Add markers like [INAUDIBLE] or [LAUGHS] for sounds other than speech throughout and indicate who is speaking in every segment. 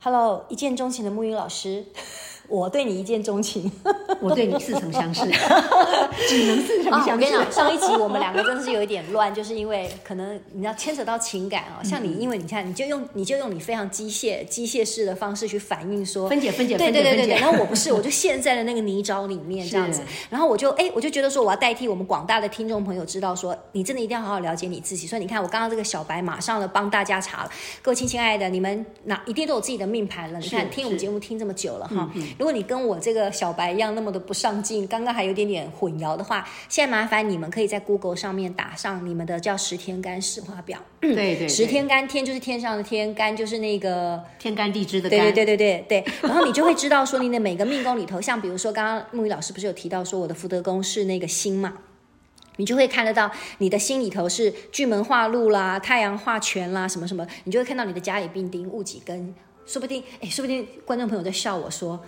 Speaker 1: Hello，一见钟情的木鱼老师， [LAUGHS] 我对你一见钟情。
Speaker 2: [LAUGHS] 我对你似曾
Speaker 1: [LAUGHS]
Speaker 2: 相识，只能似曾
Speaker 1: 啊，我
Speaker 2: 相
Speaker 1: 跟你
Speaker 2: 识。
Speaker 1: 讲，上一集我们两个真的是有一点乱，就是因为可能你要牵扯到情感哦，像你，因为你看，你就用你就用你非常机械机械式的方式去反映说，
Speaker 2: 分解分解
Speaker 1: 对
Speaker 2: 分
Speaker 1: 对
Speaker 2: 解
Speaker 1: 对
Speaker 2: 分
Speaker 1: 对对。
Speaker 2: 解。
Speaker 1: 然后我不是，我就陷在了那个泥沼里面这样子
Speaker 2: 是。
Speaker 1: 然后我就哎，我就觉得说，我要代替我们广大的听众朋友知道说，你真的一定要好好了解你自己。所以你看，我刚刚这个小白马上了帮大家查了，各位亲亲爱的，你们哪一定都有自己的命盘了。你看，
Speaker 2: 是
Speaker 1: 听我们
Speaker 2: 是嗯
Speaker 1: 节目听这么久了哈，如果你跟我这个小白一样那么的不上进，刚刚还有点点混淆的话，现在麻烦你们可以在 Google 上面打上你们的叫十天干湿化表，
Speaker 2: 对对对，
Speaker 1: 十天干天就是天上的天，干就是那个。
Speaker 2: 天干地支的
Speaker 1: 对
Speaker 2: 干。
Speaker 1: 对对对对对，然后你就会知道说你的每个命宫里头，像比如说刚刚木鱼老师不是有提到说我的福德宫是那个心嘛，你就会看得到你的心里头是巨门化禄啦、太阳化权啦什么什么，你就会看到你的甲乙丙丁戊己庚，说不定哎，说不定观众朋友在笑我说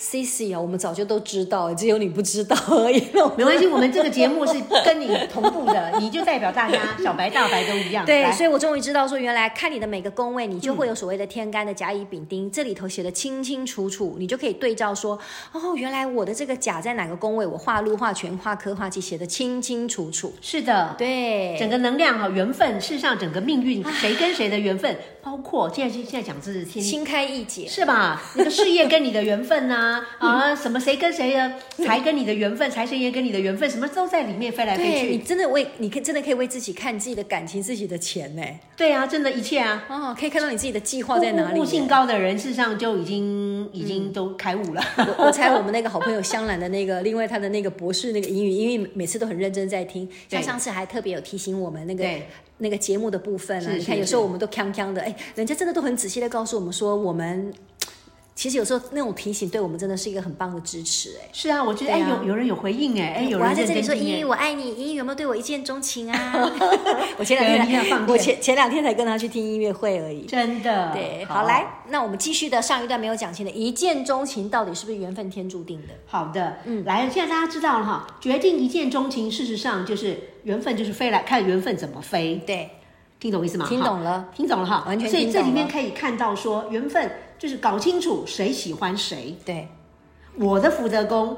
Speaker 1: C C 啊，我们早就都知道，只有你不知道而已。 [LAUGHS] 那我
Speaker 2: 没关系，我们这个节目是跟你同步的，你就代表大 [LAUGHS] 家小白大白都一样。
Speaker 1: 对，
Speaker 2: 来
Speaker 1: 所以我终于知道说，原来看你的每个宫位，你就会有所谓的天干的甲乙丙丁，这里头写的清清楚楚，你就可以对照说，哦，原来我的这个甲在哪个宫位，我画禄、画权、画科、画忌写的清清楚楚。
Speaker 2: 是的，
Speaker 1: 对，
Speaker 2: 整个能量哈，缘分，事实上整个命运，谁跟谁的缘分，包括现在现在讲是天
Speaker 1: 心开意解。
Speaker 2: 是吧？那个事业跟你的缘分呐、啊，什么谁跟谁的财跟你的缘分，财神爷跟你的缘分，什么都在里面飞来飞
Speaker 1: 对你
Speaker 2: 去。
Speaker 1: 真的为你可以真的可以为自己看自己的感情、自己的钱呢。
Speaker 2: 对啊，真的，一切啊。
Speaker 1: 哦，可以看到你自己的计划在哪里
Speaker 2: 悟
Speaker 1: 呢。
Speaker 2: 性高的人，事实上就已经已经都开悟了。
Speaker 1: 我我猜我们那个好朋友香兰的那个，另外他的那个博士那个英语，因为每次都很认真在听，
Speaker 2: 对
Speaker 1: 像上次还特别有提醒我们那个
Speaker 2: [LAUGHS] 对
Speaker 1: 那个节目的部分啊，
Speaker 2: 是
Speaker 1: 你看
Speaker 2: 是
Speaker 1: 有时候我们都锵锵的，哎，人家真的都很仔细的告诉我们说，我们其实有时候那种提醒对我们真的是一个很棒的支持，哎。
Speaker 2: 是啊，我觉得哎、
Speaker 1: 对啊
Speaker 2: 有有人有回应哎哎，有
Speaker 1: 我
Speaker 2: 人
Speaker 1: 还在这里说，
Speaker 2: 认真听
Speaker 1: 英语
Speaker 2: 哎
Speaker 1: 我爱你，英语有没有对我一见钟情啊？
Speaker 2: [LAUGHS]
Speaker 1: 我前两
Speaker 2: 对你
Speaker 1: 天才 [LAUGHS]
Speaker 2: 很放，
Speaker 1: 我
Speaker 2: 电
Speaker 1: 前前两天才跟他去听音乐会而已。
Speaker 2: 真的
Speaker 1: 对，好来，那我们继续的上一段没有讲清的，一见钟情到底是不是缘分天注定的？
Speaker 2: 好的，嗯，来，现在大家知道了哈，决定一见钟情，事实上就是缘分，就是飞来看缘分怎么飞，
Speaker 1: 对，
Speaker 2: 听懂意思吗？
Speaker 1: 听
Speaker 2: 哈
Speaker 1: 懂了。
Speaker 2: 听懂了哈，
Speaker 1: 完全
Speaker 2: 所以
Speaker 1: 听
Speaker 2: 这
Speaker 1: 懂
Speaker 2: 里面
Speaker 1: 了
Speaker 2: 可以看到说，缘分就是搞清楚谁喜欢谁。
Speaker 1: 对，
Speaker 2: 我的福德宫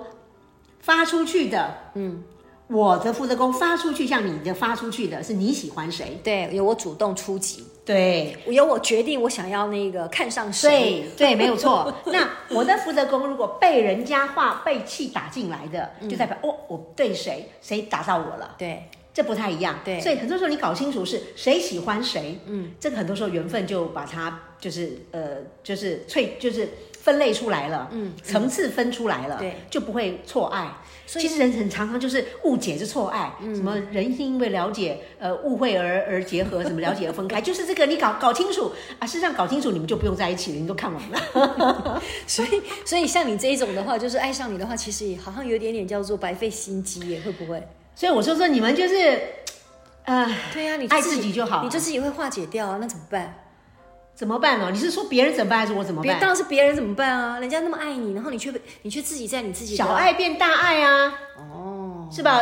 Speaker 2: 发出去的，嗯，我的福德宫发出去，像你的发出去的是你喜欢谁？
Speaker 1: 对，有我主动出击，
Speaker 2: 对，
Speaker 1: 有我决定我想要那个看上谁
Speaker 2: 对，，对，没有错。 [LAUGHS] 那我的福德宫如果被人家话被气打进来的，就代表哦，我对谁谁打到我了，
Speaker 1: 对
Speaker 2: 这不太一样。
Speaker 1: 对
Speaker 2: 所以很多时候你搞清楚是谁喜欢谁，嗯，这个很多时候缘分就把它就是呃就是萃就是分类出来了，嗯，层次分出来了，
Speaker 1: 对，
Speaker 2: 就不会错爱。
Speaker 1: 所以嗯
Speaker 2: 其实人很常常就是误解是错爱，什么人因为了解呃误会而而结合，什么了解而
Speaker 1: [LAUGHS]
Speaker 2: 分开，就是这个你搞搞清楚啊，事实上搞清楚你们就不用在一起了，你们都看完了。
Speaker 1: [LAUGHS] 所以所以像你这一种的话，就是爱上你的话，其实也好像有点点叫做白费心机耶，会不会？
Speaker 2: 所以我说说你们就是，呃，
Speaker 1: 对呀、你
Speaker 2: 爱自己就好
Speaker 1: 你就自己会化解掉啊，那怎么办？
Speaker 2: 怎么办哦？你是说别人怎么办，还是我怎么
Speaker 1: 别
Speaker 2: 办
Speaker 1: 当？然是别人怎么办啊？人家那么爱你，然后你却被你却自己在你自己的
Speaker 2: 小爱变大爱啊，
Speaker 1: 哦，
Speaker 2: 是吧？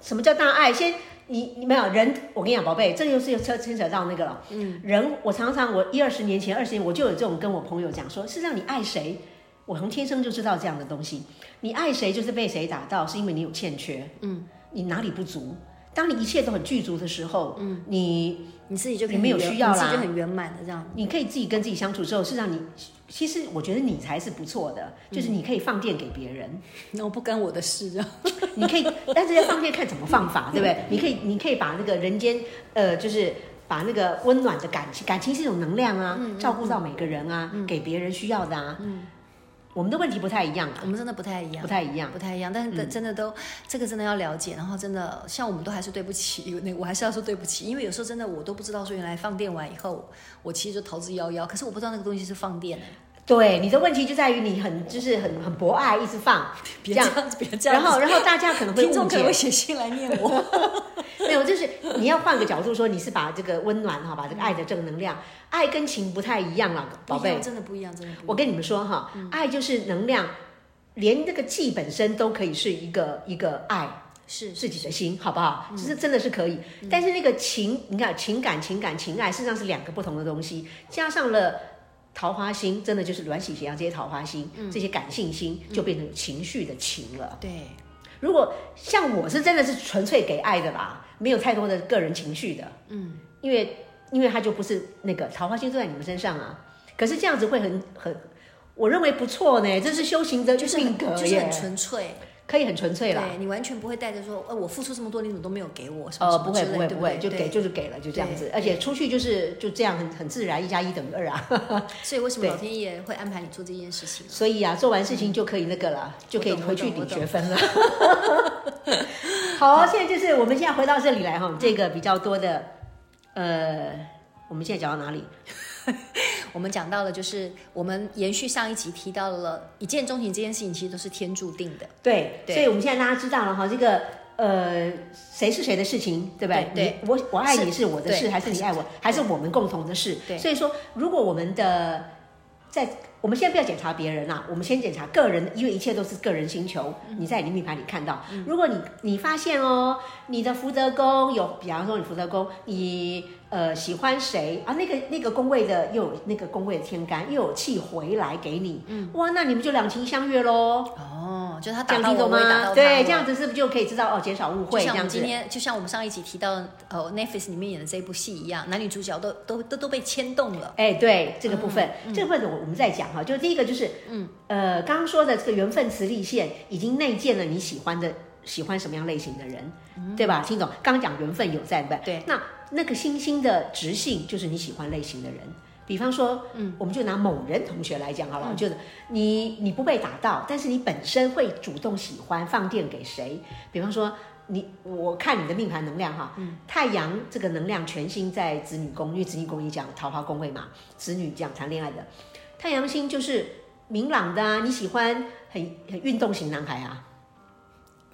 Speaker 2: 什么叫大爱？先你你没有人，我跟你讲，宝贝，这个又是又牵牵扯到那个了。嗯，人，我常常我一二十年前、二十年，我就有这种跟我朋友讲说，是让你爱谁，我从天生就知道这样的东西。你爱谁就是被谁打到，是因为你有欠缺，嗯，你哪里不足？当你一切都很具足的时候，嗯，你
Speaker 1: 你自己就可以
Speaker 2: 你没有
Speaker 1: 很圆
Speaker 2: 需要啦
Speaker 1: 你自己就很圆满的这样。
Speaker 2: 你可以自己跟自己相处之后，是让你，其实我觉得你才是不错的，就是你可以放电给别人，
Speaker 1: 那我不干我的事啊，
Speaker 2: 你可以，但是要放电看怎么放法，对不对？你可以，你可以把那个人间，呃，就是把那个温
Speaker 1: 嗯
Speaker 2: 暖的感情，感情是一种能量啊，照顾到每个人啊，给别人需要的啊，我们的问题不太一样啊
Speaker 1: [LAUGHS] 我，们真嗯的不太一样
Speaker 2: 不。太一样。
Speaker 1: 不太一样，但
Speaker 2: 嗯
Speaker 1: 是真的都、这个真的要了解，然后真的像我们都还是对不起，那我还是要说对不起，因为有时候真的我都不知道说原来放电完以后，我其实就逃之夭夭，可是我不知道那个东西是放电的，
Speaker 2: 对，你的问题就在于你很就是很很博爱，一直放
Speaker 1: 别这样子，别这样
Speaker 2: 然
Speaker 1: 子，
Speaker 2: 后然后大家可能会
Speaker 1: 听
Speaker 2: 误
Speaker 1: 众可能会写
Speaker 2: 解，
Speaker 1: 信来念 [LAUGHS] 我，
Speaker 2: 没有，就是你要换个角度说，你是把这个温暖哈，把这个爱的正能量，爱跟情不太一样了，宝
Speaker 1: 不一
Speaker 2: 贝
Speaker 1: 样。真的不一样，真的不一样。
Speaker 2: 我跟你们说哈，爱就是能量，连那个气本身都可以是一个一个爱，
Speaker 1: 是
Speaker 2: 自己的心，好不好？其实真的是可以，但是那个情，你看情感、情感、情爱，事实上是两个不同的东西，加上了。桃花心真的就是阮喜贤啊，这些桃花心，这些感性心就变成情绪的情了。
Speaker 1: 对，
Speaker 2: 如果像我是真的是纯粹给爱的啦，没有太多的个人情绪的，嗯，因为因为他就不是那个桃花心都在你们身上啊。可是这样子会很很，我认为不错呢，这是修行的
Speaker 1: 就是
Speaker 2: 命
Speaker 1: 很
Speaker 2: 格耶，
Speaker 1: 就是很纯粹，
Speaker 2: 可以很纯粹啦。
Speaker 1: 你完全不会带着说，呃，我付出这么多，你怎么都没有给我？什么
Speaker 2: 呃，
Speaker 1: 什
Speaker 2: 不
Speaker 1: 么
Speaker 2: 会
Speaker 1: 之
Speaker 2: 不
Speaker 1: 类
Speaker 2: 会
Speaker 1: 对
Speaker 2: 不
Speaker 1: 不
Speaker 2: 会，
Speaker 1: 对
Speaker 2: 就给
Speaker 1: 对
Speaker 2: 就是给了，就这样子
Speaker 1: 对。
Speaker 2: 而且出去就是就这样，很很自然，一加一等于二啊。
Speaker 1: 所以为什么
Speaker 2: 对
Speaker 1: 老天爷会安排你做这件事情呢？
Speaker 2: 所以啊，做完事情就可以那个了，就可以
Speaker 1: 我懂
Speaker 2: 回去
Speaker 1: 嗯我懂
Speaker 2: 领
Speaker 1: 我懂
Speaker 2: 学分了。
Speaker 1: [LAUGHS]
Speaker 2: 好，现在就是我们现在回到这里来哈，这个比较多的，呃，我们现在讲到哪里？
Speaker 1: 我们讲到了，就是我们延续上一集提到了一见钟情这件事情，其实都是天注定的。
Speaker 2: 对，
Speaker 1: 对
Speaker 2: 所以我们现在大家知道了哈，这个呃，谁是谁的事情，对不对？
Speaker 1: 对
Speaker 2: 你我我爱你是我的事，
Speaker 1: 对
Speaker 2: 还是你爱我，还是我们共同的事？
Speaker 1: 对
Speaker 2: 所以说，如果我们的在我们现在不要检查别人啦、我们先检查个人，因为一切都是个人星球。
Speaker 1: 嗯
Speaker 2: 你在你的命盘里看到，如果你你发现哦，你的福德宫有，比方说你福德宫，你呃喜欢谁啊？那个那个宫位的又有那个宫位的天干，又有气回来给你，嗯，哇，那你们就两情相悦喽。
Speaker 1: 哦，就是他
Speaker 2: 这
Speaker 1: 打
Speaker 2: 样
Speaker 1: 到
Speaker 2: 听
Speaker 1: 我，
Speaker 2: 懂
Speaker 1: 我也打
Speaker 2: 吗？
Speaker 1: 到他。
Speaker 2: 对，这样
Speaker 1: 子。
Speaker 2: 子是不是就可以知道哦，减少误
Speaker 1: 就
Speaker 2: 会这
Speaker 1: 像我
Speaker 2: 样
Speaker 1: 们今
Speaker 2: 子？
Speaker 1: 天，就像我们上一集提到，呃，Netflix 里面演的这一部戏一样，男女主角都都都都被牵动了。
Speaker 2: 哎，对
Speaker 1: 嗯
Speaker 2: 这个部分，这个部分我我们再讲哈。就第一个就是，嗯，呃，刚刚说的这个缘分磁力线已经内建了你喜欢的喜欢什么样类型的人，对吧？听懂？刚刚讲缘分有在不？
Speaker 1: 嗯对。
Speaker 2: 那那个星星的直性就是你喜欢类型的人。比方说，嗯，我们就拿某人同学来讲好了，我就是你你不被打到，但是你本身会主动喜欢放电给谁？比方说你，我看你的命盘能量哈，太阳这个能量全星在子女宫，因为子女宫也讲桃花宫位嘛，子女讲谈恋爱的，太阳星就是明朗的啊，你喜欢很很运动型男孩啊，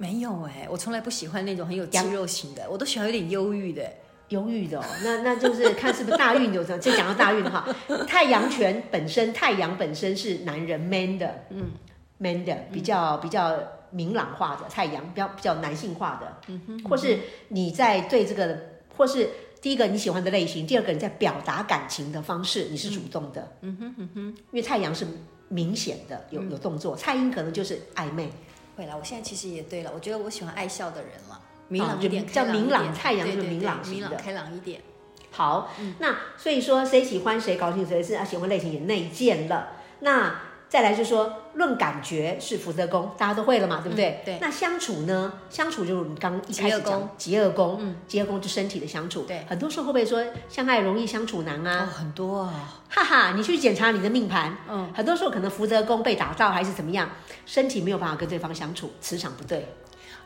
Speaker 1: 没有哎、我从来不喜欢那种很有肌肉型的，我都喜欢有点忧郁的。
Speaker 2: 忧郁的哦，那 [LAUGHS] 那就是看是不是大运有什么。这讲到大运 [LAUGHS] 哈，太阳权本身，太阳本身是男人 man 的，嗯，man 嗯的比较比较明朗化的太阳，比较比较男性化的，嗯哼，或是你在对这个，或是第一个你喜欢的类型，第二个你在表达感情的方式，你是主动的，嗯哼嗯嗯哼，因为太阳是明显的，有有动作，蔡英可能就是暧昧，
Speaker 1: 会啦，我现在其实也对了，我觉得我喜欢爱笑的人了，明
Speaker 2: 明
Speaker 1: 朗
Speaker 2: 朗
Speaker 1: 一
Speaker 2: 一
Speaker 1: 点，
Speaker 2: 点
Speaker 1: 开
Speaker 2: 叫明朗
Speaker 1: 一点
Speaker 2: 太阳
Speaker 1: 对
Speaker 2: 就是
Speaker 1: 对
Speaker 2: 明
Speaker 1: 对
Speaker 2: 朗型
Speaker 1: 明朗
Speaker 2: 的
Speaker 1: 开朗一点。
Speaker 2: 好，
Speaker 1: 嗯
Speaker 2: 那所以说谁喜欢谁，搞清楚谁是啊，喜欢类型也内建了。那再来就说论感觉是福德宫，大家都会了嘛，对不对？
Speaker 1: 嗯对
Speaker 2: 那相处呢？相处就是我们刚一开
Speaker 1: 极
Speaker 2: 始
Speaker 1: 恶
Speaker 2: 讲
Speaker 1: 宫嗯
Speaker 2: 极恶宫，极恶宫就身体的相处。
Speaker 1: 对
Speaker 2: 很多时候会不会说相爱容易相处难
Speaker 1: 哦，
Speaker 2: 啊？
Speaker 1: 很多啊，
Speaker 2: 哈哈，你去检查你的命盘，
Speaker 1: 嗯，
Speaker 2: 很多时候可能福德宫被打到还是怎么样，身体没有办法跟对方相处，磁场不对，
Speaker 1: 哦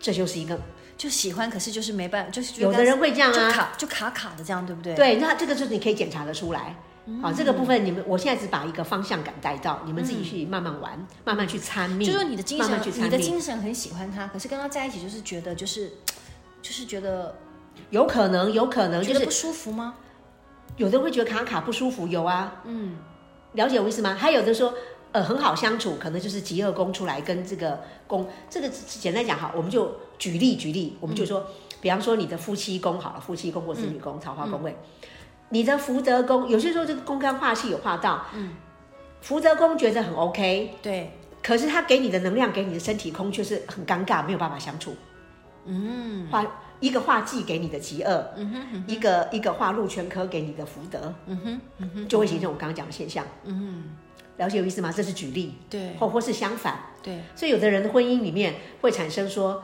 Speaker 2: 这就是一个。
Speaker 1: 就喜欢，可是就是没办法，就是觉得
Speaker 2: 有的人会这样
Speaker 1: 就
Speaker 2: 啊，
Speaker 1: 卡就卡卡的这样，对不对？，
Speaker 2: 对，嗯那这个就是你可以检查的出来。好、这个部分你们，我现在只把一个方向感带到，你们自己去慢慢玩，慢慢去参命，
Speaker 1: 就说你的精神，
Speaker 2: 慢慢去
Speaker 1: 你
Speaker 2: 参
Speaker 1: 的
Speaker 2: 命，
Speaker 1: 精神很喜欢他，可是跟他在一起就是觉得就是就是觉得
Speaker 2: 有可能，有可能，
Speaker 1: 觉
Speaker 2: 就
Speaker 1: 得
Speaker 2: 是
Speaker 1: 不舒服吗？
Speaker 2: 有的会觉得卡卡不舒服，有啊，嗯，了解我意思吗？还有的说，呃，很好相处，可能就是极恶宫出来跟这个宫，这个简单讲哈，我们就举例举例，我们就说，比方说你的夫妻宫好了，夫妻宫或子女宫、桃花宫位，你的福德宫，有些时候这个宫干化气有化到，嗯，福德宫觉得很 OK，
Speaker 1: 对，
Speaker 2: 可是他给你的能量，给你的身体空缺是很尴尬，没有办法相处。嗯，化一个化忌给你的极恶，嗯哼一个一个化禄全科给你的福德，嗯哼，嗯哼就会形成我刚刚讲的现象。嗯，了解我意思吗？这是举例，
Speaker 1: 对
Speaker 2: 或或是相反，
Speaker 1: 对，
Speaker 2: 所以有的人的婚姻里面会产生说，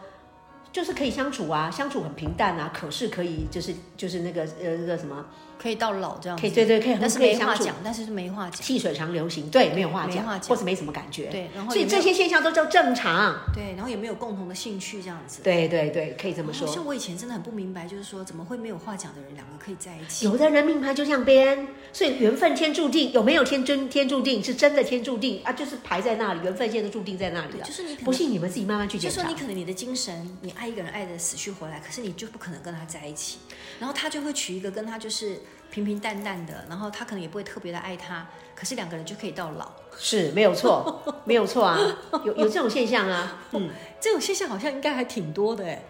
Speaker 2: 就是可以相处啊，相处很平淡啊，可是可以就是就是那个呃那个什么，
Speaker 1: 可以到老这样子，
Speaker 2: 可以对对可以很
Speaker 1: 但是
Speaker 2: 可以
Speaker 1: 没话
Speaker 2: 相处
Speaker 1: 讲，但是没话讲，
Speaker 2: 细水长流型，对，没有话
Speaker 1: 没
Speaker 2: 讲，
Speaker 1: 话讲
Speaker 2: 或是没什么感觉，
Speaker 1: 对然后
Speaker 2: 所以
Speaker 1: 也没
Speaker 2: 这
Speaker 1: 有
Speaker 2: 些现象都叫正常，
Speaker 1: 对，然后也没有共同的兴趣这样子。
Speaker 2: 对对对，可以这么说
Speaker 1: 哦。像我以前真的很不明白，就是说怎么会没有话讲的人两个可以在一起？
Speaker 2: 有的人命盘就这样编，所以缘分天注定，有没有天真天注定是真的天注定啊，就是排在那里，缘分现在注定在那里
Speaker 1: 对
Speaker 2: 了。
Speaker 1: 就是你可能
Speaker 2: 不信你们自己慢慢去
Speaker 1: 就
Speaker 2: 检
Speaker 1: 说
Speaker 2: 查
Speaker 1: 你。可能你的精神，你爱一个人爱的死去活来，可是你就不可能跟他在一起，然后他就会娶一个跟他就是平平淡淡的，然后他可能也不会特别的爱他，可是两个人就可以到老。
Speaker 2: 是没有错，没有错啊，有有这种现象
Speaker 1: [LAUGHS]
Speaker 2: 啊，嗯，
Speaker 1: 这种现象好像应该还挺多的哎，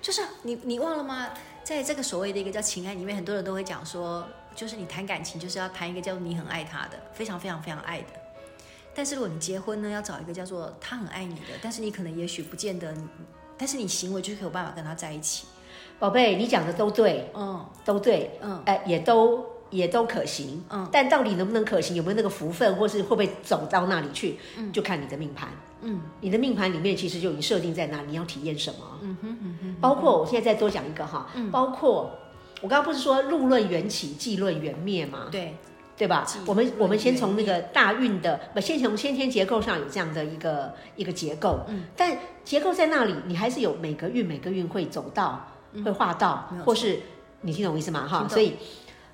Speaker 1: 就是你你忘了吗？在这个所谓的一个叫情爱里面，很多人都会讲说，就是你谈感情就是要谈一个叫你很爱他的，非常非常非常爱的。但是如果你结婚呢，要找一个叫做他很爱你的，但是你可能也许不见得你，但是你行为就是有办法跟他在一起。
Speaker 2: 宝贝，你讲的都对，
Speaker 1: 嗯，
Speaker 2: 都对，
Speaker 1: 嗯
Speaker 2: 嗯，哎、也都也都可行，
Speaker 1: 嗯
Speaker 2: 嗯，但到底能不能可行，有没有那个福分，或是会不会走到那里去，就看你的命盘，
Speaker 1: 嗯
Speaker 2: 嗯，你的命盘里面其实就已经设定在那，你要体验什么，嗯哼嗯哼，嗯包括我现在再多讲一个哈，包括我刚刚不是说入论缘起，即论缘灭吗？
Speaker 1: 对，
Speaker 2: 对吧
Speaker 1: 记忆？
Speaker 2: 我们我们先
Speaker 1: 对
Speaker 2: 从那个大运的，不，先从先天结构上有这样的一个一个结构，嗯，但结构在那里，你还是有每个运每个运会走到，会画到
Speaker 1: 嗯没有，错
Speaker 2: 或是你听懂我意思吗？
Speaker 1: 听
Speaker 2: 哈，
Speaker 1: 懂
Speaker 2: 所以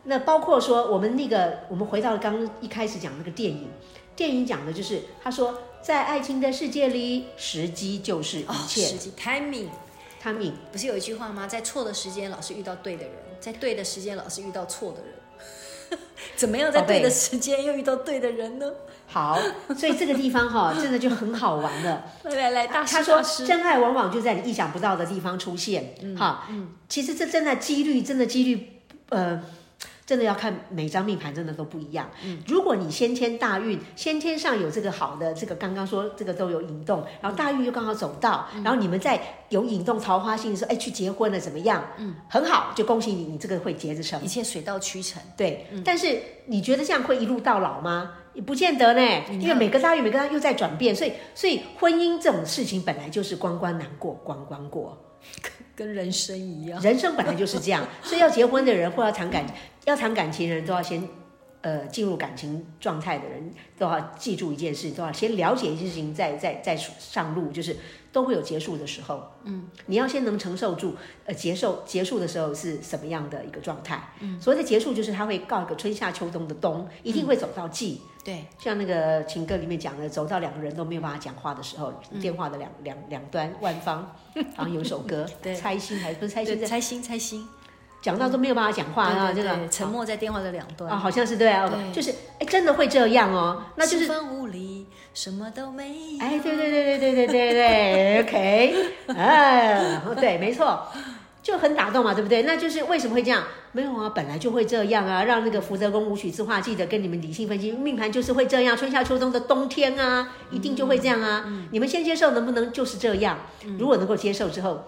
Speaker 2: 那包括说我们那个，我们回到刚刚一开始讲那个电影，电影讲的就是他说在爱情的世界里，时机就是
Speaker 1: 哦
Speaker 2: 一，切
Speaker 1: 时机 timing
Speaker 2: 他们
Speaker 1: 不是有一句话吗？在错的时间老是遇到对的人，在对的时间老是遇到错的人。 [LAUGHS] 怎么样在
Speaker 2: 宝贝
Speaker 1: 对的时间又遇到对的人呢？
Speaker 2: 好，所以这个地方哈、真的就很好玩了。
Speaker 1: 来来来，大师
Speaker 2: 他说
Speaker 1: 大师，
Speaker 2: 真爱往往就在你意想不到的地方出现，哈，其实这真的几率，真的几率，呃。真的要看每张命盘，真的都不一样。如果你先天大运，先天上有这个好的，这个刚刚说这个都有引动，然后大运又刚好走到，然后你们在有引动桃花心的时候，哎，去结婚了怎么样？嗯，很好，就恭喜你，你这个会结着成。
Speaker 1: 一切水到渠成。
Speaker 2: 对，但是你觉得这样会一路到老吗？也不见得呢，因为每个大运每个大运又在转变，所以所以婚姻这种事情本来就是关关难过关关过，
Speaker 1: 跟人生一样。
Speaker 2: 人生本来就是这样，所以要结婚的人或要谈感要谈感情的人都要先。呃，进入感情状态的人都要记住一件事，都要先了解一件事情，再再再上路，就是都会有结束的时候。嗯，你要先能承受住，呃，接受结束的时候是什么样的一个状态？嗯，所谓的结束就是它会告一个春夏秋冬的冬，一定会走到季。
Speaker 1: 对，，
Speaker 2: 像那个情歌里面讲的，走到两个人都没有办法讲话的时候，电话的两两两端，万 [LAUGHS] 芳，好像有一首歌
Speaker 1: 对
Speaker 2: 猜心还不是猜
Speaker 1: 对，
Speaker 2: 心，
Speaker 1: 猜心猜心，
Speaker 2: 讲到都没有办法讲话啊，
Speaker 1: 对
Speaker 2: 这
Speaker 1: 对对
Speaker 2: 个
Speaker 1: 沉默在电话的两
Speaker 2: 啊，
Speaker 1: 端。
Speaker 2: 好像是对啊
Speaker 1: 对，
Speaker 2: 就是哎，真的会这样哦，那就
Speaker 1: 四
Speaker 2: 是
Speaker 1: 分五里，什么都没有。
Speaker 2: 哎，对对对对对对对对，OK，哎，对，没错。就很打动嘛，对不对？那就是为什么会这样？没有啊，本来就会这样啊。让那个福德宫舞曲之画记得跟你们理性分析，命盘就是会这样，春夏秋冬的冬天啊，一定就会这样啊。你们先接受，能不能就是这样？如果能够接受之后，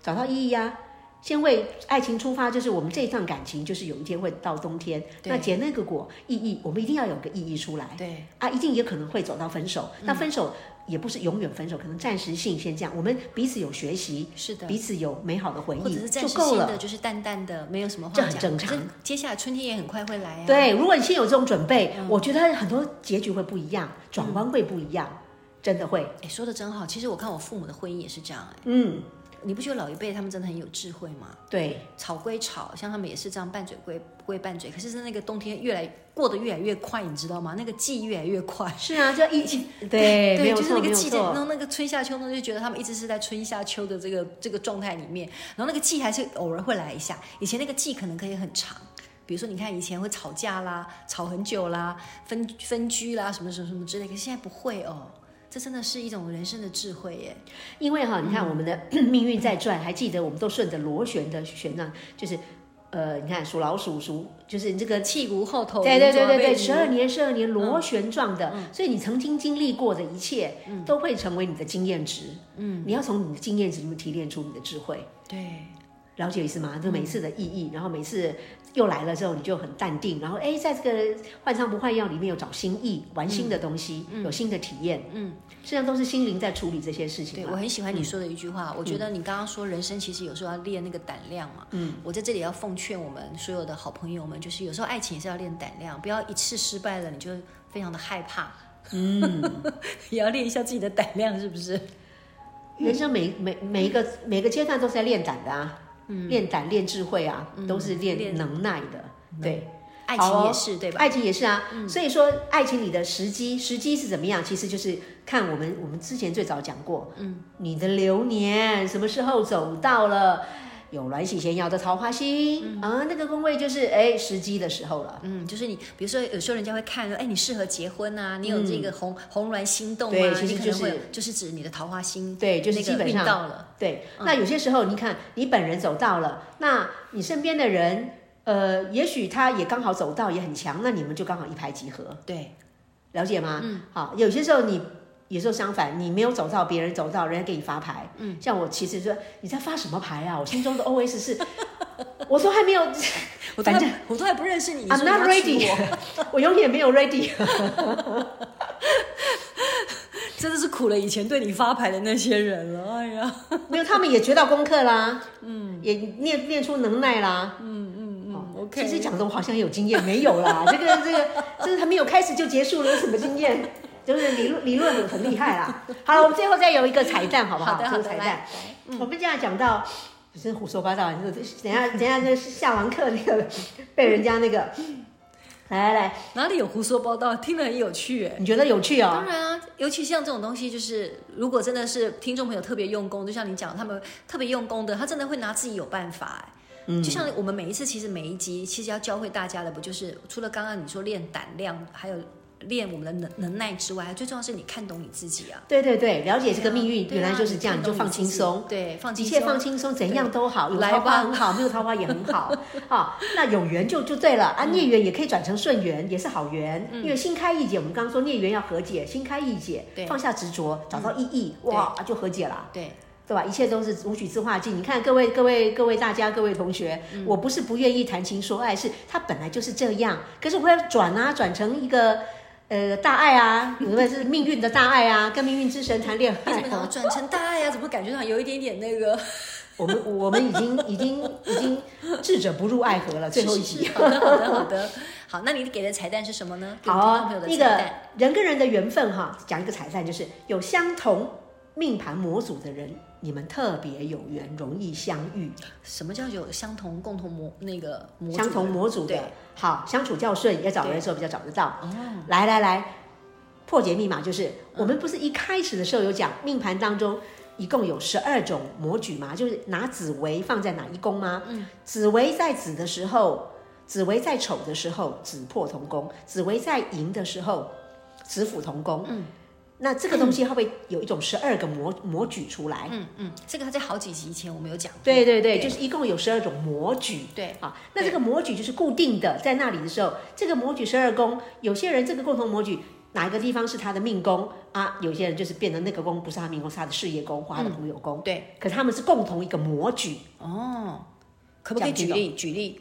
Speaker 2: 找到意义啊。先为爱情出发，就是我们这一段感情，就是有一天会到冬天，
Speaker 1: 对
Speaker 2: 那结那个果，意义我们一定要有个意义出来。
Speaker 1: 对，
Speaker 2: 啊，一定也可能会走到分手。
Speaker 1: 嗯
Speaker 2: 那分手也不是永远分手，可能暂时性先这样。我们彼此有学习，
Speaker 1: 是的。
Speaker 2: 彼此有美好的回
Speaker 1: 或者
Speaker 2: 忆
Speaker 1: 是
Speaker 2: 就
Speaker 1: 暂时
Speaker 2: 够
Speaker 1: 性
Speaker 2: 了
Speaker 1: 的，。就是淡淡的，没有什么话
Speaker 2: 这
Speaker 1: 讲。
Speaker 2: 很正常
Speaker 1: 可是接下来春天也很快会来啊。，
Speaker 2: 对，如果你先有这种准备，
Speaker 1: 嗯
Speaker 2: 我觉得很多结局会不一样，转弯会不一样，真的会。
Speaker 1: 哎，说的真好。其实我看我父母的婚姻也是这样，哎，
Speaker 2: 嗯，
Speaker 1: 你不觉得老一辈他们真的很有智慧吗？
Speaker 2: 对，
Speaker 1: 吵归吵，像他们也是这样拌嘴归归拌嘴，可是是那个冬天越来过得越来越快，你知道吗？那个季越来越快。
Speaker 2: 是啊，就一起对，没有
Speaker 1: 就是那
Speaker 2: 错，没
Speaker 1: 个
Speaker 2: 有
Speaker 1: 季节，嗯然
Speaker 2: 错。
Speaker 1: 后那个春夏秋冬就觉得他们一直是在春夏秋的这个这个状态里面，然后那个季还是偶尔会来一下，以前那个季可能可以很长。比如说，你看以前会吵架啦，吵很久啦，分分居啦，什么什么什么之类，可是现在不会哦，这真的是一种人生的智慧耶。
Speaker 2: 因为哈，你看我们的
Speaker 1: 嗯
Speaker 2: [CLEARS THROAT] 命运在转，还记得我们都顺着螺旋的旋转，就是呃，你看属老鼠属，就是你这个
Speaker 1: 气无后头，
Speaker 2: 对对对对对，
Speaker 1: 人
Speaker 2: 十
Speaker 1: 抓被
Speaker 2: 二
Speaker 1: 鱼嗯
Speaker 2: 年十二年螺旋状的，所以你曾经经历过的一切，都
Speaker 1: 嗯
Speaker 2: 会成为你的经验值。嗯，你要从你的经验值里面提炼出你的智慧。
Speaker 1: 对，
Speaker 2: 了解我意思吗？就每次的意义，然后每次又来了之后，你就很淡定，然后哎，在这个换汤不换药里面有找新意，玩新
Speaker 1: 嗯
Speaker 2: 的东西，有新的体验，嗯，实际上都是心灵在处理这些事情啊嗯
Speaker 1: 对
Speaker 2: 嘛。
Speaker 1: 我很喜欢你说的一句话，我觉得你刚刚说人生其实有时候要练那个胆量嘛。嗯，我在这里要奉劝我们所有的好朋友们，就是有时候爱情也是要练胆量，不要一次失败了你就非常的害怕。嗯， [LAUGHS] 也要练一下自己的胆量，是不是？
Speaker 2: 人生每每每一个每个阶段都是在练胆的啊，练胆练智慧啊，都是练
Speaker 1: 嗯练
Speaker 2: 能耐的，对。
Speaker 1: 爱
Speaker 2: 好
Speaker 1: 情
Speaker 2: 哦
Speaker 1: 也是，对吧？
Speaker 2: 爱情也是啊，所以说爱情里的时机，时机是怎么样？其实就是看我们我们之前最早讲过，嗯，你的流年什么时候走到了。有鸾喜闲摇的桃花心、啊，那个宫位就是哎时机的时候了。
Speaker 1: 嗯，就是你，比如说有时候人家会看说，哎，你适合结婚啊，你有这个红、红鸾心动
Speaker 2: 嗯对
Speaker 1: 啊，
Speaker 2: 其实
Speaker 1: 你可
Speaker 2: 就
Speaker 1: 能
Speaker 2: 是
Speaker 1: 会有就是指你的桃花心，
Speaker 2: 对就是
Speaker 1: 那个
Speaker 2: 基本
Speaker 1: 运
Speaker 2: 上
Speaker 1: 到了，
Speaker 2: 对，那有些时候你看你本人走到了，那你身边的人，呃，也许他也刚好走到也很强，那你们就刚好一拍即合。
Speaker 1: 嗯对，
Speaker 2: 了解吗？嗯，好，有些时候你有时候相反，你没有走到，别人走到，人家给你发牌。嗯，像我其实说你在发什么牌啊？我心中的 OS 是，我都还 [LAUGHS] 没有，
Speaker 1: 我都
Speaker 2: 反
Speaker 1: 还
Speaker 2: 正
Speaker 1: 我都还不认识你，你
Speaker 2: I'm
Speaker 1: 说你要
Speaker 2: not
Speaker 1: 娶
Speaker 2: ready，
Speaker 1: 我
Speaker 2: [LAUGHS] 我永远没有 ready。 [LAUGHS]
Speaker 1: 真的是苦了以前对你发牌的那些人了，哎呀，
Speaker 2: 没有，他们也学到功课啦，嗯，也练练出能耐啦，嗯嗯嗯
Speaker 1: OK
Speaker 2: 其实讲的我好像有经验，没
Speaker 1: [LAUGHS]
Speaker 2: 有啦，这个这个这个还没有开始就结束了，有什么经验？就是理论理论很很厉害啦。好了，我们最后再有一个彩蛋，好不好？
Speaker 1: 好的
Speaker 2: 这个
Speaker 1: 好的
Speaker 2: 彩
Speaker 1: 来嗯
Speaker 2: 蛋
Speaker 1: 来。
Speaker 2: 我们这样讲到，不是胡说八道，你说等一下等一下就下完课那个被人家那个，来来来，
Speaker 1: 哪里有胡说八道，听了很有趣哎。
Speaker 2: 你觉得有趣哦
Speaker 1: 当？然啊，尤其像这种东西，就是如果真的是听众朋友特别用功，就像你讲，他们特别用功的，他真的会拿自己有办法哎。就像我们每一次，其实每一集其实要教会大家的，不就是除了刚刚你说练胆量，还有练我们的能能耐之外，最重要是你看懂你自己啊。
Speaker 2: 对对对，了解这个命运、
Speaker 1: 对啊
Speaker 2: 原来就是这样，
Speaker 1: 你看
Speaker 2: 你就
Speaker 1: 懂
Speaker 2: 放
Speaker 1: 你
Speaker 2: 轻
Speaker 1: 自己
Speaker 2: 松。
Speaker 1: 对，放
Speaker 2: 一
Speaker 1: 轻
Speaker 2: 切
Speaker 1: 松，
Speaker 2: 放轻松，怎样都好，有
Speaker 1: 来
Speaker 2: 桃花
Speaker 1: 吧
Speaker 2: 很好，没有桃花也
Speaker 1: [LAUGHS]
Speaker 2: 很好。好，那有缘就就对了啊，
Speaker 1: 嗯
Speaker 2: 孽缘也可以转成顺缘，也是好缘。因为心开意解，我们刚刚说孽缘要和解，心开意解
Speaker 1: 对，嗯
Speaker 2: 放下执着，找到意义，哇，就和解啦。
Speaker 1: 对，
Speaker 2: 对吧？一切都是无曲自化境。你看，各位、各位、各位大家、各位同学，
Speaker 1: 嗯
Speaker 2: 我不是不愿意谈情说爱，是他本来就是这样。可是我要转啊，转成一个呃大
Speaker 1: [LAUGHS]
Speaker 2: 爱啊，有的是命运的大爱啊，跟命运之神谈恋
Speaker 1: 你怎
Speaker 2: 爱
Speaker 1: 么想
Speaker 2: 啊
Speaker 1: 要。转成大爱呀、怎么感觉上有一点点那个？
Speaker 2: 我们我们已
Speaker 1: [LAUGHS]
Speaker 2: 经已经已经智者不入爱河 [LAUGHS] 了，最后一
Speaker 1: 是是
Speaker 2: 集
Speaker 1: 是。好的，好的，好的。好，那你给的彩蛋是什么呢？给
Speaker 2: 好
Speaker 1: 听众
Speaker 2: 啊
Speaker 1: 朋友，的
Speaker 2: 那
Speaker 1: 彩
Speaker 2: 个
Speaker 1: 蛋。
Speaker 2: 人跟人的缘分哈，讲一个彩蛋，就是有相同命盘模组的人，你们特别有缘，容易相遇。
Speaker 1: 什么叫有相同共同模那个模组的
Speaker 2: 相同模组的
Speaker 1: 对，哦
Speaker 2: 好相处较顺，要找人的时候比较找得到。来来来，破解密码就是我们不是一开始的时候有讲命盘当中。一共有十二种模举嘛，就是拿紫薇放在哪一宫吗？嗯，紫薇在子的时候，紫薇在丑的时候，子破同宫；紫薇在寅的时候，子府同宫。嗯，那这个东西会不会有一种十二个模模举出来？
Speaker 1: 嗯嗯，这个在好几集以前我们有讲过。
Speaker 2: 对对对，就是一共有十二种模举。
Speaker 1: 对
Speaker 2: 啊，那这个模举就是固定的，在那里的时候，这个模举十二宫，有些人这个共同模举哪一个地方是他的命宫啊？有些人就是变成那个宫不是他命宫，是他的事业宫或他的朋友宫。
Speaker 1: 对，
Speaker 2: 可他们是共同一个模举，
Speaker 1: 哦，可不可以
Speaker 2: 这
Speaker 1: 举
Speaker 2: 样
Speaker 1: 例？举例，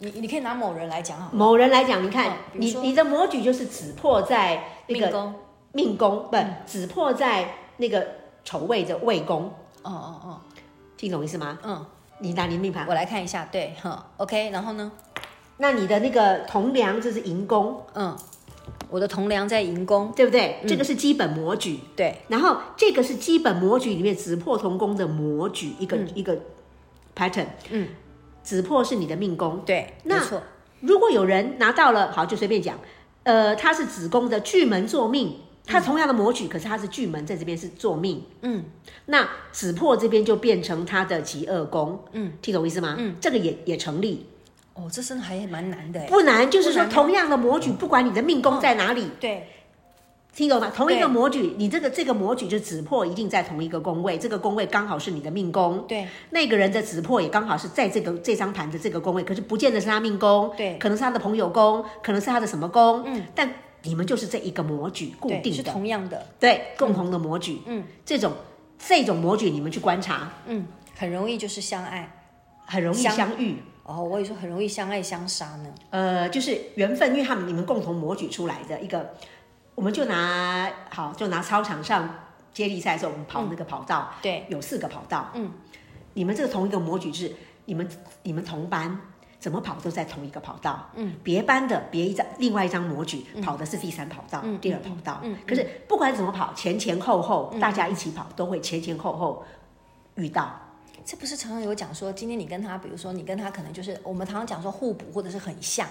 Speaker 1: 你你可以拿某人来讲好了。
Speaker 2: 某人来讲，你看，
Speaker 1: 哦比如
Speaker 2: 你
Speaker 1: 说
Speaker 2: 你的模举就是子破在那
Speaker 1: 命
Speaker 2: 个
Speaker 1: 宫，
Speaker 2: 命宫，
Speaker 1: 嗯
Speaker 2: 不，子破在那个丑位的未宫，
Speaker 1: 哦哦
Speaker 2: 听懂意思吗
Speaker 1: 哦，？嗯，
Speaker 2: 你拿你的命盘，
Speaker 1: 我来看一下，对，哈，OK，然后呢，
Speaker 2: 那你的那个同梁就是寅宫，
Speaker 1: 嗯，我的同梁在寅宫，
Speaker 2: 对不对？这个是基本模举。
Speaker 1: 对，
Speaker 2: 然后这个是基本模举里面紫破同宫的模举一个、一个 pattern。
Speaker 1: 嗯，
Speaker 2: 紫破是你的命宫。
Speaker 1: 对，没
Speaker 2: 那
Speaker 1: 错，
Speaker 2: 如果有人拿到了，好就随便讲，呃，他是子宫的巨门坐命，他同样的模举，可是他是巨门在这边是坐命。
Speaker 1: 嗯，
Speaker 2: 那紫破这边就变成他的极恶宫。
Speaker 1: 嗯，
Speaker 2: 听懂意思吗？嗯，这个也也成立，
Speaker 1: 哦，这真的还蛮难的哎，
Speaker 2: 不难，就是
Speaker 1: 不
Speaker 2: 说
Speaker 1: 难啊
Speaker 2: 同样的模举，不管你的命宫在哪里，
Speaker 1: 对，
Speaker 2: 听懂吗？同一
Speaker 1: 对
Speaker 2: 个模举，你这个这个模举就子破一定在同一个宫位，这个宫位刚好是你的命宫。
Speaker 1: 对，
Speaker 2: 那个人的子破也刚好是在这个这张盘的这个宫位，可是不见得是他命宫，
Speaker 1: 对
Speaker 2: 可能是他的朋友宫，可能是他的什么宫，嗯，但你们就是这一个模举固
Speaker 1: 对，
Speaker 2: 定
Speaker 1: 是
Speaker 2: 的，
Speaker 1: 同样的，
Speaker 2: 对，共同的模举，嗯，这种这种模举你们去观察，
Speaker 1: 嗯，很容易就是相爱，
Speaker 3: 很容易
Speaker 1: 相
Speaker 3: 相遇。
Speaker 1: 哦，我也说很容易相爱相杀呢。
Speaker 3: 呃，就是缘分，因为他们你们共同模举出来的一个，我们就拿好，就拿操场上接力赛的时候，我们跑那个跑道，
Speaker 1: 对，
Speaker 3: 有四个跑道，
Speaker 1: 嗯，
Speaker 3: 你们这个同一个模举制，你们你们同班怎么跑都在同一个跑道，嗯，别班的别一张另外一张模举、跑的是第三跑道，第二跑道，嗯，可是不管怎么跑，前前后后、大家一起跑都会前前后后遇到，
Speaker 1: 这不是常常有讲说，今天你跟他，比如说你跟他可能就是我们常常讲说互补或者是很像，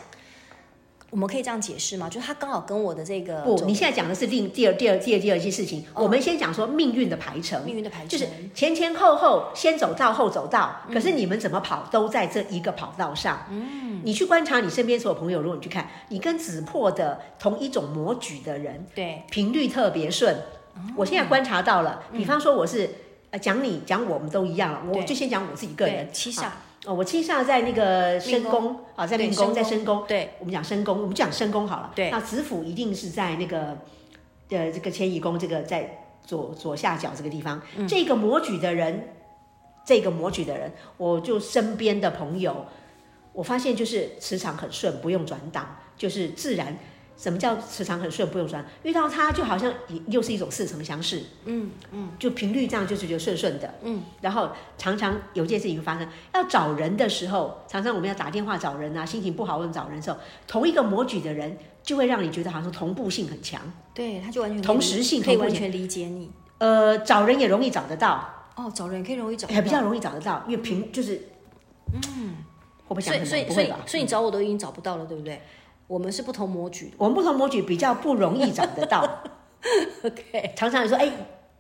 Speaker 1: 我们可以这样解释吗？就是他刚好跟我的这个
Speaker 3: 不，
Speaker 1: 走
Speaker 3: 你现在讲的是另第二第二第二第二件事情，
Speaker 1: 哦
Speaker 3: 我们
Speaker 1: 嗯
Speaker 3: 先讲说命运的排程，
Speaker 1: 命运的排程
Speaker 3: 就是前前后后，先走到后走到，可是你们怎么跑都在这一个跑道上。嗯，你去观察你身边所有朋友，如果你去看，你跟紫破的同一种模举的人，
Speaker 1: 对
Speaker 3: 频率特别顺。
Speaker 1: 哦
Speaker 3: 我现在观察到了，比方说我是呃讲你讲我们都一样了，我
Speaker 1: 嗯对
Speaker 3: 就先讲我自己个人
Speaker 1: 对，七煞
Speaker 3: 啊。哦，我七煞在那个申
Speaker 1: 命
Speaker 3: 宫啊，在
Speaker 1: 对
Speaker 3: 命宫，在
Speaker 1: 申
Speaker 3: 申宫，
Speaker 1: 对
Speaker 3: 我们讲申宫，我们讲申宫好了。
Speaker 1: 对
Speaker 3: 那子府一定是在那个呃这个迁移宫这个在左左下角这个地方，这个模举的人，这个模举的人，我就身边的朋友，我发现就是磁场很顺，不用转档，就是自然。什么叫磁场很顺，不用转？遇到他就好像也又是一种似曾相识，嗯嗯，就频率这样就是觉得顺顺的，嗯。然后常常有件事情发生，要找人的时候，常常我们要打电话找人啊，心情不好我们找人的时候，同一个模举的人就会让你觉得好像同步性很强。
Speaker 1: 对，他就完全可以
Speaker 3: 同时性
Speaker 1: 可以
Speaker 3: 同步
Speaker 1: 完
Speaker 3: 性
Speaker 1: 全理解你
Speaker 3: 呃，找人也容易找得到，
Speaker 1: 哦，找人也可以容易找
Speaker 3: 也比较
Speaker 1: 易。
Speaker 3: 容易找得到，因为平就是，嗯，会不会
Speaker 1: 所
Speaker 3: 讲
Speaker 1: 以嗯
Speaker 3: 很
Speaker 1: 所
Speaker 3: 难？
Speaker 1: 以
Speaker 3: 不
Speaker 1: 所
Speaker 3: 会
Speaker 1: 以
Speaker 3: 吧？嗯
Speaker 1: 所以你找我都已经找不到了，对不对？我们是不同模举的
Speaker 3: 我们不同模举比较不容易找得到，
Speaker 1: ，OK？
Speaker 3: 常常说哎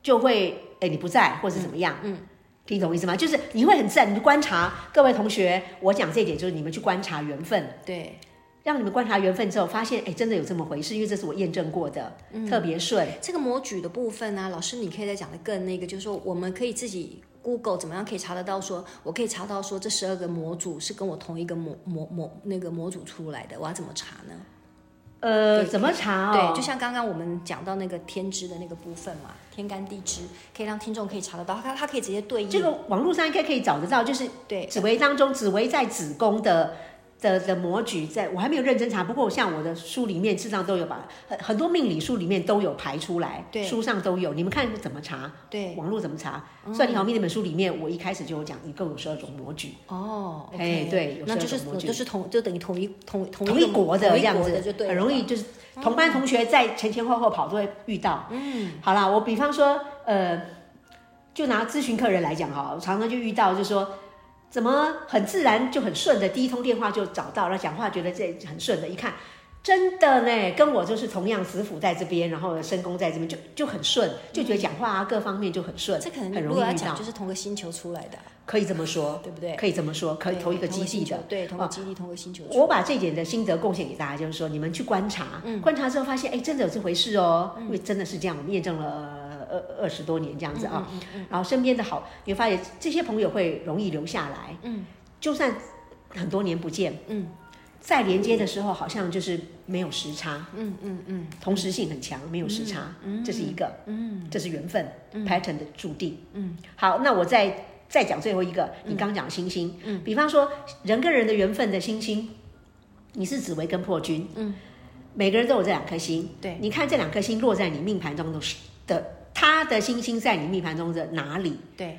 Speaker 3: 就会哎你不在或者怎么样，嗯。听懂意思吗？就是你会很自然，你去观察各位同学，我讲这一点就是你们去观察缘分，
Speaker 1: 对，
Speaker 3: 让你们观察缘分之后，发现哎，真的有这么回事，因为这是我验证过的，特别顺。
Speaker 1: 这个模举的部分呢、老师你可以再讲的更那个，就是说我们可以自己 Google 怎么样可以查得到说，我可以查到说这十二个模组是跟我同一个模模模那个模组出来的，我要怎么查呢？
Speaker 3: 呃，
Speaker 1: [LAUGHS] 对
Speaker 3: 怎么查哦？
Speaker 1: 对，就像刚刚我们讲到那个天知的那个部分嘛，天干地支可以让听众可以查得到，他他可以直接对应
Speaker 3: 这个网络上应该可以找得到，就是
Speaker 1: 对
Speaker 3: 紫薇当中，紫薇在子宫的的的模举在，我还没有认真查，不过像我的书里面，事实上都有把很很多命理书里面都有排出来，
Speaker 1: 对
Speaker 3: 书上都有，你们看怎么查？
Speaker 1: 对嗯
Speaker 3: 网络怎么查？算你好命那本书里面，我一开始就有讲，一共有十二种模举，
Speaker 1: 哦，
Speaker 3: 哎
Speaker 1: OK
Speaker 3: 对有
Speaker 1: 那就是
Speaker 3: 十二种模具
Speaker 1: 就是同就等于同一同同
Speaker 3: 同
Speaker 1: 个
Speaker 3: 一国的
Speaker 1: 同
Speaker 3: 这
Speaker 1: 一
Speaker 3: 样
Speaker 1: 国
Speaker 3: 子，
Speaker 1: 的就对了，
Speaker 3: 很容易就是同班同学在前前后后跑都会遇到。嗯，好啦，我比方说，呃，就拿咨询客人来讲哈，我常常就遇到，就说怎么很自然就很顺的，第一通电话就找到，然后讲话觉得这很顺的，一看。真的呢，跟我就是同样子府在这边，然后深宫在这边，就就很顺，就觉得讲话啊各方面就很顺，
Speaker 1: 嗯这可能
Speaker 3: 很
Speaker 1: 如
Speaker 3: 容
Speaker 1: 果要
Speaker 3: 易遇
Speaker 1: 讲
Speaker 3: 到
Speaker 1: 就，是同个星球出来的啊，
Speaker 3: 可以这么说，
Speaker 1: 对不对？
Speaker 3: 可以这么说，可以
Speaker 1: 对
Speaker 3: 同一个
Speaker 1: 同
Speaker 3: 基
Speaker 1: 星
Speaker 3: 地
Speaker 1: 球
Speaker 3: 的，
Speaker 1: 对，同个
Speaker 3: 啊
Speaker 1: 基地，同个星球出来。
Speaker 3: 我把这点的心得贡献给大家，就是说你们去观察，观察之后发现，哎，真的有这回事哦，因为真的是这样，我们验证了呃二二十多年这样子啊。然后身边的好，你会发现这些朋友会容易留下来，嗯，就算很多年不见，嗯，再连接的时候好像就是没有时差，嗯嗯嗯，同时性很强，没有时差，这是一个，嗯，这是缘分排成的注定，嗯，好，那我再再讲最后一个，你刚讲星星，嗯，比方说人跟人的缘分的星星。你是紫薇跟破军，嗯，每个人都有这两颗星，
Speaker 1: 对，
Speaker 3: 你看这两颗星落在你命盘中的是的，它的星星在你命盘中的哪里？
Speaker 1: 对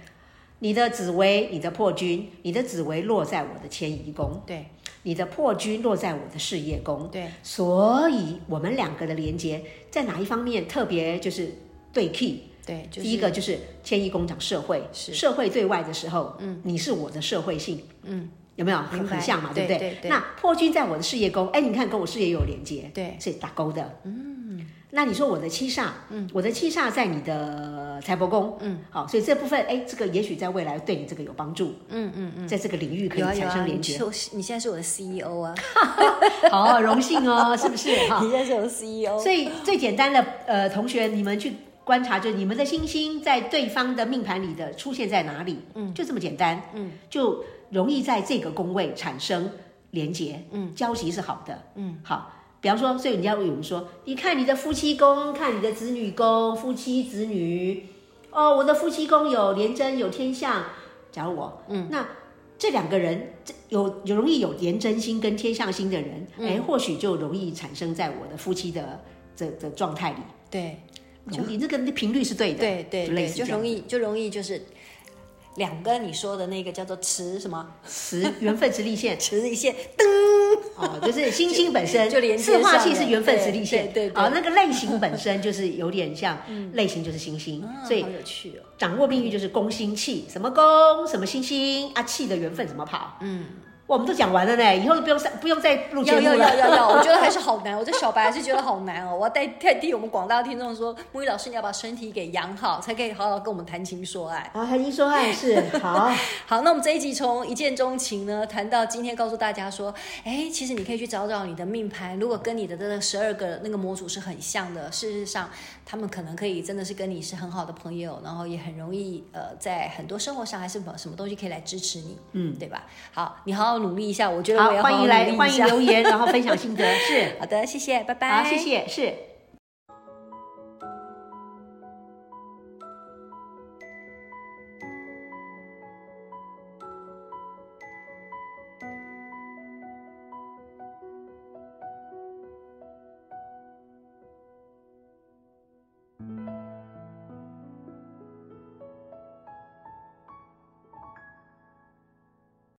Speaker 3: 你的紫薇，你的破军，你的紫薇落在我的迁移宫，
Speaker 1: 对
Speaker 3: 你的破军落在我的事业宫，
Speaker 1: 对，
Speaker 3: 所以我们两个的连接在哪一方面特别就是对 key？
Speaker 1: 对，就是
Speaker 3: 第一个就是迁移宫讲社会，
Speaker 1: 是
Speaker 3: 社会对外的时候，嗯，你是我的社会性，嗯，有没有很
Speaker 1: 明白
Speaker 3: 很像嘛？
Speaker 1: 对
Speaker 3: 对不对？
Speaker 1: 对对
Speaker 3: 那破军在我的事业宫，哎，你看跟我事业也有连接，
Speaker 1: 对
Speaker 3: 是打勾的，嗯。那你说我的七煞，嗯，我的七煞在你的财帛宫，嗯，好，所以这部分，哎，这个也许在未来对你这个有帮助，嗯嗯嗯，在这个领域可以
Speaker 1: 有啊有
Speaker 3: 产
Speaker 1: 啊，
Speaker 3: 生连
Speaker 1: 你
Speaker 3: 接，
Speaker 1: 就是你现在是我的 CEO 啊，
Speaker 3: 好，荣幸 [LAUGHS] 哦，是不是？哈
Speaker 1: 你，现在是我的 E CEO，
Speaker 3: 所以最简单的，呃，同学，你们去观察，就是你们的星星在对方的命盘里的出现在哪里，嗯，就这么简单，嗯，就容易在这个宫位产生连结，嗯，交集是好的，嗯，好。比方说，所以人家有人说，你看你的夫妻宫，看你的子女宫，夫妻子女，哦，我的夫妻宫有廉贞有天相，假如我，嗯，那
Speaker 2: 这两个人这有有容易有廉贞星跟天象星的人，
Speaker 1: 嗯
Speaker 2: 哎、或许就容易产生在我的夫妻的这的状态里。
Speaker 1: 对
Speaker 3: 哦
Speaker 2: 你这个频率是
Speaker 1: [LAUGHS]
Speaker 2: 对的，
Speaker 1: 对对
Speaker 2: 就类
Speaker 1: 对，
Speaker 2: 似
Speaker 1: 就
Speaker 2: 这样
Speaker 1: 容易就容易就是两个你说的那个叫做磁什么
Speaker 2: 磁缘分磁力线
Speaker 1: 磁一线，
Speaker 2: 哦，就是星星本身
Speaker 1: 就连接
Speaker 2: 四化
Speaker 1: 上
Speaker 2: 气是
Speaker 1: 了
Speaker 2: 缘分
Speaker 1: 对
Speaker 2: 磁力线，
Speaker 1: 对对对嗯
Speaker 3: 哦
Speaker 2: 啊、那个类型本身就是有
Speaker 1: [LAUGHS]
Speaker 2: 点像类型就是星星，
Speaker 1: 啊
Speaker 2: 所以
Speaker 1: 好有趣哦。
Speaker 2: 掌握命运就是攻心气，什么攻什么星星啊，气的缘分怎么跑？嗯，哇我们都讲完了呢，以后都不用上不用再录节
Speaker 1: 要
Speaker 2: 目
Speaker 1: 要
Speaker 2: 了。
Speaker 1: 要要要，我觉得还是好难。我这小白还是觉得好难哦。我要代代替我们广大听众说，木鱼老师，你要把身体给养好，才可以好好跟我们谈情说爱。
Speaker 2: 啊，谈情说爱 [LAUGHS] 是好，
Speaker 1: 好，那我们这一集从一见钟情呢，谈到今天告诉大家说，哎，其实你可以去找找你的命盘，如果跟你的这十二个那个模组是很像的，事实上他们可能可以真的是跟你是很好的朋友，然后也很容易呃，在很多生活上还是什么什么东西可以来支持你，嗯，对吧？好，你好好努力一下，我觉得
Speaker 2: 好
Speaker 1: 我也要好
Speaker 2: 欢
Speaker 1: 好
Speaker 2: 迎来
Speaker 1: 努力一
Speaker 2: 欢迎
Speaker 1: 下
Speaker 2: 留言，然后分享心得，是
Speaker 1: [LAUGHS] 好的，谢谢，拜拜，
Speaker 2: 好，谢。谢，是。